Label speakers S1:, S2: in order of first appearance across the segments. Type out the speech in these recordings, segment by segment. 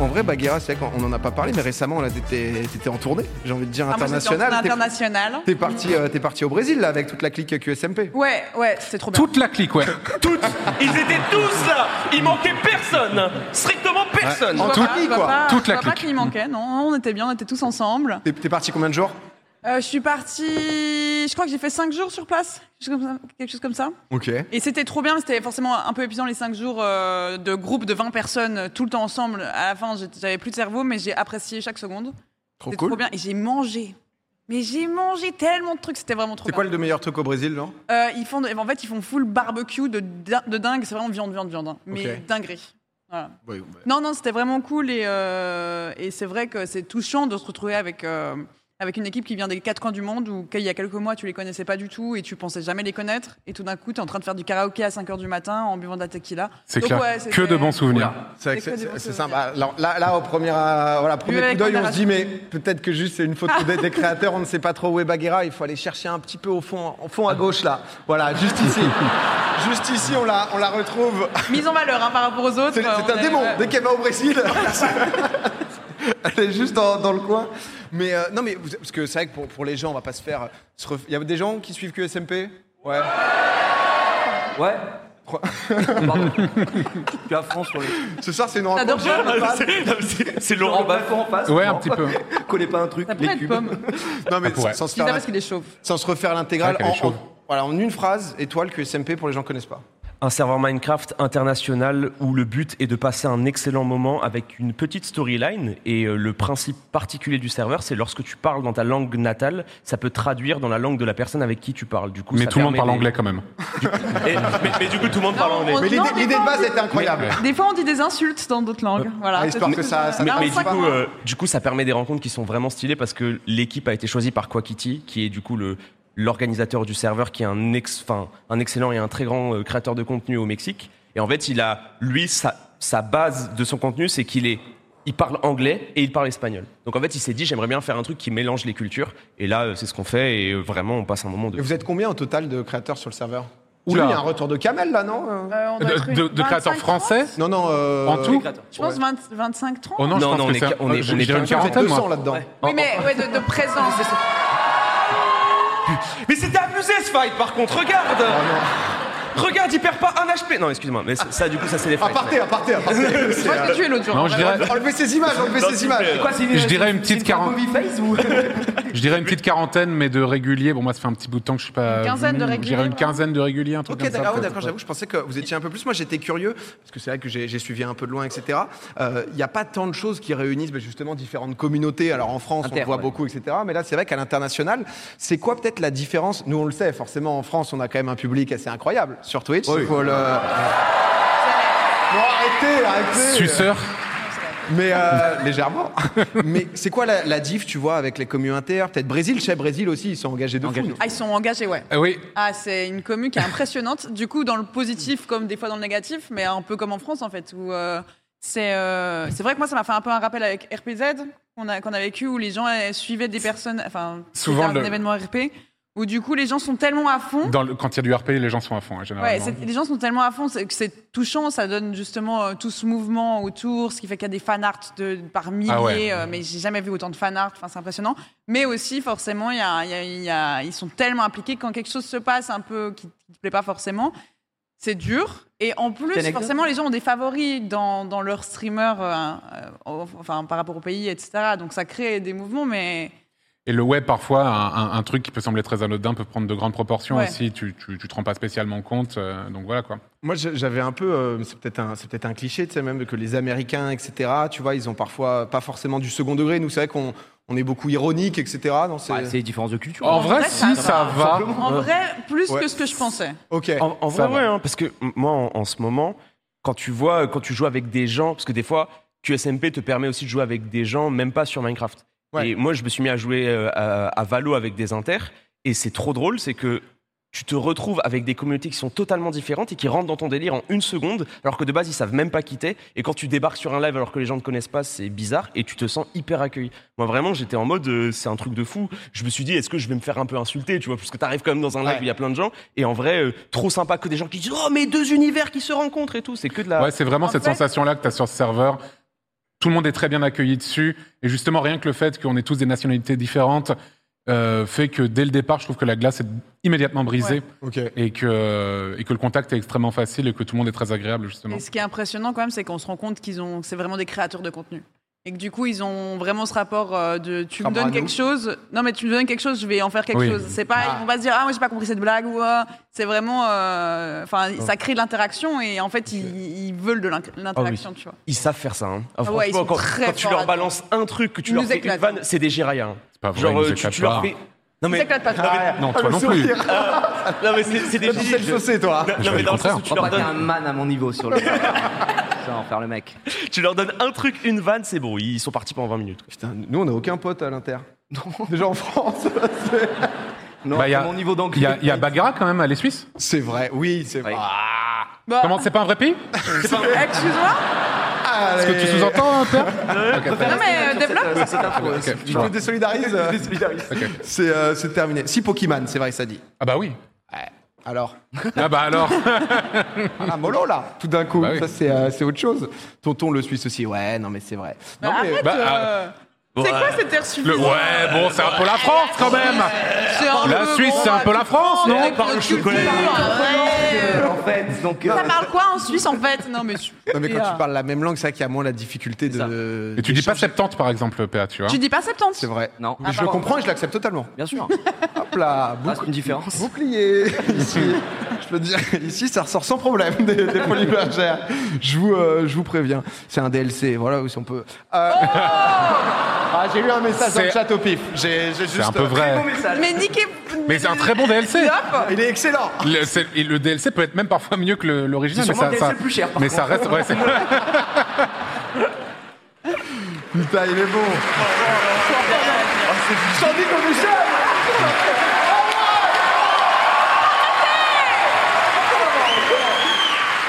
S1: en vrai, Bagheera, c'est vrai qu'on n'en a pas parlé, mais récemment, là, t'étais t'étais en tournée, j'ai envie de dire
S2: Ah, moi, j'étais en tournée
S1: internationale. T'es-
S2: internationale.
S1: T'es parti, euh, t'es parti au Brésil, là, avec toute la clique QSMP.
S2: Ouais, ouais, c'était trop bien.
S3: Toute la clique, ouais.
S4: Toutes Ils étaient tous là Il manquait personne Strictement personne
S1: Ouais.
S2: Je vois
S1: en toute
S2: pas,
S1: clique,
S2: je vois
S1: quoi.
S2: pas-
S3: Toute
S2: je
S3: la
S2: vois pas
S3: clique.
S2: qu'il manquait, non, on était bien, on était tous ensemble.
S1: T'es- T'es parti combien de jours
S2: Euh, je suis partie, je crois que j'ai fait 5 jours sur place, quelque chose comme ça. quelque chose comme ça.
S1: Ok.
S2: Et c'était trop bien, mais c'était forcément un peu épuisant les 5 jours euh, de groupe de 20 personnes euh, tout le temps ensemble. À la fin, j'étais- j'avais plus de cerveau, mais j'ai apprécié chaque seconde.
S1: Trop
S2: C'était
S1: cool.
S2: trop bien. Et j'ai mangé. Mais j'ai mangé tellement de trucs, c'était vraiment trop
S1: C'est
S2: bien.
S1: quoi le meilleur truc au Brésil, genre
S2: Euh, ils font, de- en fait, ils font full barbecue de, di- de dingue. C'est vraiment viande, viande, viande. hein. Mais
S1: Ok.
S2: dinguerie. Voilà.
S1: Ouais, ouais.
S2: Non, non, c'était vraiment cool et, euh, et c'est vrai que c'est touchant de se retrouver avec, euh, avec une équipe qui vient des quatre coins du monde où qu'il y a quelques mois tu les connaissais pas du tout et tu pensais jamais les connaître et tout d'un coup tu es en train de faire du karaoké à 5h du matin en buvant de la tequila.
S3: C'est
S2: Donc,
S3: clair.
S2: ouais,
S3: que
S2: c'était-
S3: de bons souvenirs.
S1: C'est vrai que
S2: C'est
S1: c'est-
S2: que des bons
S1: c'est- c'est
S2: souvenirs.
S1: sympa. Alors, là, là, au premier, euh, voilà, premier
S2: avec
S1: coup d'œil, on se
S2: modération.
S1: dit, mais peut-être que juste c'est une photo des, des créateurs, on ne sait pas trop où est Bagheera, il faut aller chercher un petit peu au fond, au fond à gauche, là. Voilà, juste ici. juste ici, on la, on la retrouve.
S2: Mise en valeur hein, par rapport aux autres.
S1: C'est
S2: Euh,
S1: c'est
S2: on
S1: un
S2: est-
S1: démon.
S2: ouais.
S1: Dès qu'elle va au Brésil, elle est juste dans, dans le coin. Mais euh, non, mais vous- parce que c'est vrai que pour, pour les gens, on va pas se faire. euh, se ref- Il y a des gens qui suivent que SMP Ouais.
S5: Ouais. Pardon. Je suis à fond sur les.
S1: Ce soir, c'est une
S2: T'adores
S1: rencontre.
S2: pas le pain
S4: C'est- C'est
S5: Laurent
S4: Laurent Baffon
S5: Baffon en face.
S3: Ouais,
S5: non
S3: un petit peu.
S5: Collez pas un truc.
S2: Ça pourrait être pomme.
S1: Non, mais
S3: Ah, ouais.
S1: sans, sans se
S2: Dis
S1: faire
S2: ça
S1: la-
S2: parce qu'il est chauve.
S1: sans se refaire l'intégrale.
S3: C'est vrai qu'elle est
S1: en,
S3: chaude.
S1: en- voilà, en une phrase, étoile que SMP pour les gens qui connaissent pas.
S5: Un serveur Minecraft international où le but est de passer un excellent moment avec une petite storyline. Et euh, le principe particulier du serveur, c'est lorsque tu parles dans ta langue natale, ça peut traduire dans la langue de la personne avec qui tu parles. Du coup,
S3: Mais
S5: ça
S3: tout le monde parle
S5: permet
S3: anglais quand même.
S2: Ah
S4: Et- mais, mais du coup, tout le monde parle
S2: Non,
S4: anglais.
S2: on-
S1: Mais l'idée
S2: non, des
S1: l'idée de
S2: fois,
S1: base
S2: on dit-
S1: était incroyable.
S2: Des fois on dit des insultes dans d'autres langues. Voilà.
S1: Ah, histoire
S2: C'est-
S1: que ça- ça-
S2: Là, on
S5: Mais
S2: s'en
S5: du coup,
S2: va.
S5: euh, du coup, ça permet des rencontres qui sont vraiment stylées parce que l'équipe a été choisie par Quackity, qui est du coup le l'organisateur du serveur, qui est un ex, enfin, un excellent et un très grand euh, créateur de contenu au Mexique. Et en fait, il a, lui, sa, sa base de son contenu, c'est qu'il est, il parle anglais et il parle espagnol. Donc en fait, il s'est dit, j'aimerais bien faire un truc qui mélange les cultures. Et là, euh, c'est ce qu'on fait et euh, vraiment, on passe un moment
S1: Et
S5: de.
S1: vous êtes combien au total de créateurs sur le serveur
S3: Oula.
S1: Oula. Il y a un retour de Kamel là, non
S2: Euh, on doit être une
S3: De, de- de créateurs
S2: 25,
S3: français
S1: Non, non. euh,
S3: En tout
S2: Je pense 20 25, 30.
S3: Oh non, je
S5: Non,
S3: pense
S5: non, on
S3: que
S5: est
S3: c'est
S5: ca- on est-
S3: je
S5: on est
S3: dirais une
S5: quinze, on est
S1: Vous êtes
S3: quarantaine,
S1: 200
S3: moi.
S1: là-dedans.
S2: Oui, mais ouais, de, de présence.
S5: Mais c'était abusé ce fight, par contre.
S1: Ah,
S5: Regarde, regarde, il perd pas un HP. Non, excuse-moi, mais ça, ça, du coup, ça c'est les fights.
S1: Aparté, aparté, aparté.
S2: Je pense que tu es l'autre jour.
S3: Non, je dirais,
S1: Enlevez ces images, enlevez ces images.
S5: Quoi, c'est une-
S3: Je dirais une petite
S5: c'est carte
S3: 40.
S5: movie face ou
S3: je dirais une petite quarantaine, mais de réguliers. Bon, moi, ça fait un petit bout de temps que je suis pas.
S2: Une quinzaine de
S3: venu. Je
S2: réguliers,
S3: dirais une
S2: vraiment.
S3: quinzaine de réguliers, un truc
S1: Ok,
S3: comme ça.
S1: d'accord, ah ouais,
S3: peut-être.
S1: d'accord, j'avoue, je pensais que vous étiez un peu plus. Moi, j'étais curieux, parce que c'est vrai que j'ai j'ai suivi un peu de loin, etc. Euh, Il n'y a pas tant de choses qui réunissent ben, justement différentes communautés. Alors en France, on
S5: Inter,
S1: le voit
S5: ouais.
S1: beaucoup, etc. Mais là, c'est vrai qu'à l'international, c'est quoi peut-être la différence Nous, on le sait, forcément, en France, on a quand même un public assez incroyable sur Twitch. Faut le... Non, arrêtez, arrêtez
S3: Suceur.
S1: Mais euh, légèrement. Mais c'est quoi la, la diff, tu vois, avec les communautaires Peut-être Brésil, chez Brésil aussi, ils sont engagés de fou. nous.
S2: Ah, ils sont engagés, ouais.
S3: Ah oui.
S2: Ah, c'est une commune qui est impressionnante. du coup, dans le positif comme des fois dans le négatif, mais un peu comme en France, en fait, où euh, c'est euh, c'est vrai que moi, ça m'a fait un peu un rappel avec RPZ qu'on a, qu'on a vécu, où les gens euh, suivaient des personnes, enfin,
S3: Souvent,
S2: c'était un
S3: le-
S2: événement RP, où du coup, les gens sont tellement à fond.
S3: Dans le- quand il y a du RP, les gens sont à fond, hein,
S2: Ouais,
S3: généralement.
S2: c'est- les gens sont tellement à fond c'est- que c'est touchant, ça donne justement euh, tout ce mouvement autour, ce qui fait qu'il y a des fan art de, par milliers,
S3: Ah ouais.
S2: euh, mais j'ai jamais vu autant de fan art, enfin, c'est impressionnant. Mais aussi, forcément, il y a- il y a- il y a- ils sont tellement impliqués quand quelque chose se passe un peu qui ne te plaît pas forcément, c'est dur. Et en plus,
S5: anecdote
S2: forcément, les gens ont des favoris dans, dans leur streamer, euh, euh, enfin, par rapport au pays, etc. Donc ça crée des mouvements, mais.
S3: Et le web, parfois, un, un- un truc qui peut sembler très anodin peut prendre de grandes proportions
S2: Ouais.
S3: aussi. Tu, tu, tu te rends pas spécialement compte. euh, donc voilà, quoi.
S1: Moi, je- j'avais un peu, euh, c'est peut-être un, c'est peut-être un cliché, tu sais, même que les Américains, etc., tu vois, ils ont parfois pas forcément du second degré. Nous, c'est vrai qu'on on est beaucoup ironique, etc. Non, c'est...
S5: Bah, C'est les différences de culture.
S3: En vrai, si, ça va.
S2: En vrai, plus
S1: Ouais.
S2: que ce que je pensais.
S1: ok.
S5: En, en
S3: Ça
S5: vrai,
S3: va.
S5: ouais, hein, parce que m- moi, en, en ce moment, quand tu vois, euh, quand tu joues avec des gens, parce que des fois, QSMP te permet aussi de jouer avec des gens, même pas sur Minecraft.
S1: Ouais.
S5: Et moi, je me suis mis à jouer euh, à, à Valo avec des inters, et c'est trop drôle, c'est que tu te retrouves avec des communautés qui sont totalement différentes et qui rentrent dans ton délire en une seconde, alors que de base, ils savent même pas quitter. Et quand tu débarques sur un live alors que les gens ne te connaissent pas, c'est bizarre, et tu te sens hyper accueilli. Moi, vraiment, j'étais en mode, euh, c'est un truc de fou. Je me suis dit, est-ce que je vais me faire un peu insulter, tu vois, parce que t'arrives quand même dans un live
S1: Ouais.
S5: où il y a plein de gens, et en vrai, euh, trop sympa que des gens qui disent, oh, mais deux univers qui se rencontrent et tout, c'est que de la.
S3: Ouais, c'est vraiment
S2: En
S3: cette
S2: fait-
S3: sensation-là que tu as sur ce serveur. Tout le monde est très bien accueilli dessus. Et justement, rien que le fait qu'on ait tous des nationalités différentes euh, fait que dès le départ, je trouve que la glace est immédiatement brisée
S1: Ok.
S3: et, que, euh, et que le contact est extrêmement facile et que tout le monde est très agréable, justement.
S2: Et ce qui est impressionnant quand même, c'est qu'on se rend compte qu'ils ont, c'est vraiment des créateurs de contenu. Et que du coup, ils ont vraiment ce rapport euh, de tu me
S6: Comme à
S2: donnes quelque
S6: nous.
S2: chose, non mais tu me donnes quelque chose, je vais en faire quelque
S3: Oui.
S2: chose. C'est pas, ils vont pas se dire ah moi j'ai pas compris cette blague ou ah. c'est vraiment, euh, enfin
S3: Oh.
S2: ça crée de l'interaction et en fait ils, ils veulent de l'in-
S3: Ah
S2: l'interaction, tu vois.
S5: Ils savent faire ça. hein. Ah,
S2: Ah ouais, ils
S5: franchement,
S2: sont
S5: quand,
S2: très
S5: quand tu
S2: forts
S5: leur
S2: là-dedans.
S5: balances un truc, que tu
S2: Ils
S5: leur
S2: nous
S5: fais une
S2: éclatent.
S5: vanne, c'est des gérayas. hein.
S3: C'est pas vrai,
S5: Genre,
S3: ils nous
S5: euh, tu,
S3: éclatent
S5: tu
S3: pas.
S5: leur fais. Non
S2: Ils
S5: mais,
S2: éclatent pas de
S6: Ah,
S3: Non,
S6: ah,
S3: toi
S6: le
S3: non plus.
S6: sourire.
S5: non, mais c'est c'est des
S6: Toi, tu sais le
S5: gérayas.
S6: saucer, toi.
S3: Je
S5: Non,
S3: fais
S5: mais
S3: le
S5: dans le sens où
S3: contraire.
S5: tu
S7: Faut
S2: Oh,
S5: leur
S2: bah,
S7: pas qu'il y ait
S5: donnes
S7: un man à mon niveau sur le. Ça en faire le mec.
S5: Tu leur donnes un truc, une vanne, c'est bon, ils sont partis pendant 20 minutes. quoi.
S6: Putain, nous, on n'a aucun pote à l'Inter. Déjà en France. c'est-
S7: Non,
S3: Bah, il y a-
S7: c'est mon niveau
S3: Il
S7: d'anglais.
S3: y a, il y a Bagara quand même, elle est suisse.
S1: C'est vrai, oui, c'est vrai. Ah,
S7: Ouais.
S2: Bah,
S3: Comment, c'est pas un vrai pays
S2: Excuse-moi.
S3: Est-ce que tu sous-entends, Pierre
S2: Non mais euh, développe.
S7: C'est ta faute.
S3: Ok,
S6: Tu
S3: je vois.
S6: te désolidarises
S3: Ok.
S1: C'est euh, c'est terminé. Si Pokémon, c'est vrai, ça dit.
S3: Ah bah oui.
S1: Alors,
S3: Ah bah alors.
S1: ah, mollo là, tout d'un coup,
S3: Bah oui.
S1: ça c'est euh, c'est autre chose. Tonton le suisse aussi, ouais, non mais c'est vrai.
S2: Bah,
S1: non, mais-
S2: arrête.
S3: bah,
S2: euh, C'est quoi cette terre
S3: Le... Ouais, bon, c'est un peu la France quand même. La Suisse, c'est un peu la France, non
S2: Par le chocolat.
S7: En fait, donc. euh,
S2: Ça parle quoi en Suisse en fait Non mais tu-
S1: Non, mais quand
S2: Et, euh,
S1: tu parles la même langue, c'est vrai qu'il y a moins la difficulté de.
S3: Et tu dis pas
S1: d'échanger.
S3: 70 par exemple, PA, tu vois.
S2: tu dis pas 70
S1: C'est vrai.
S7: Non.
S1: Mais je le comprends et je l'accepte totalement.
S7: Bien sûr.
S1: Hop là, bouc-
S7: Ah, c'est une différence.
S1: bouclier ici. Je peux te dire, ici ça ressort sans problème des, des folies bergères. Je vous, euh, je vous préviens. C'est un DLC, voilà où si on peut. Euh,
S7: Oh
S1: ah, j'ai eu un message dans le
S3: C'est-
S1: chat au pif. J'ai j'ai juste.
S3: C'est un peu vrai.
S2: Mais niquez.
S3: Mais c'est un très bon DLC.
S2: Hop.
S1: euh, Il est excellent.
S3: Le, c'est- et le DLC peut être même parfois mieux que le- l'original.
S7: C'est
S3: mais ça,
S7: sûrement le DLC
S3: ça-
S7: le plus cher, par
S3: mais ça reste. Ouais, c'est-
S1: Putain, il est bon. Sandy Commission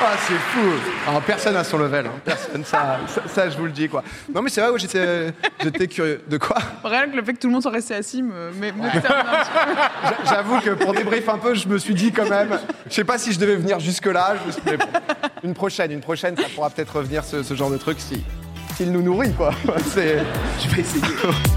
S1: Ah, c'est fou! Alors, personne à son level, hein. personne, ça, ça, ça, je vous le dis quoi. Non, mais c'est vrai, ouais, j'étais j'étais curieux. De quoi?
S2: Rien que le fait que tout le monde soit resté assis me, me, me termine un petit peu.
S1: J'a- J'avoue que pour débrief un peu, je me suis dit quand même, je sais pas si je devais venir jusque-là, je me suis- mais bon, une prochaine, une prochaine, ça pourra peut-être revenir ce, ce genre de truc si, s'il nous nourrit quoi. C'est- Je vais essayer.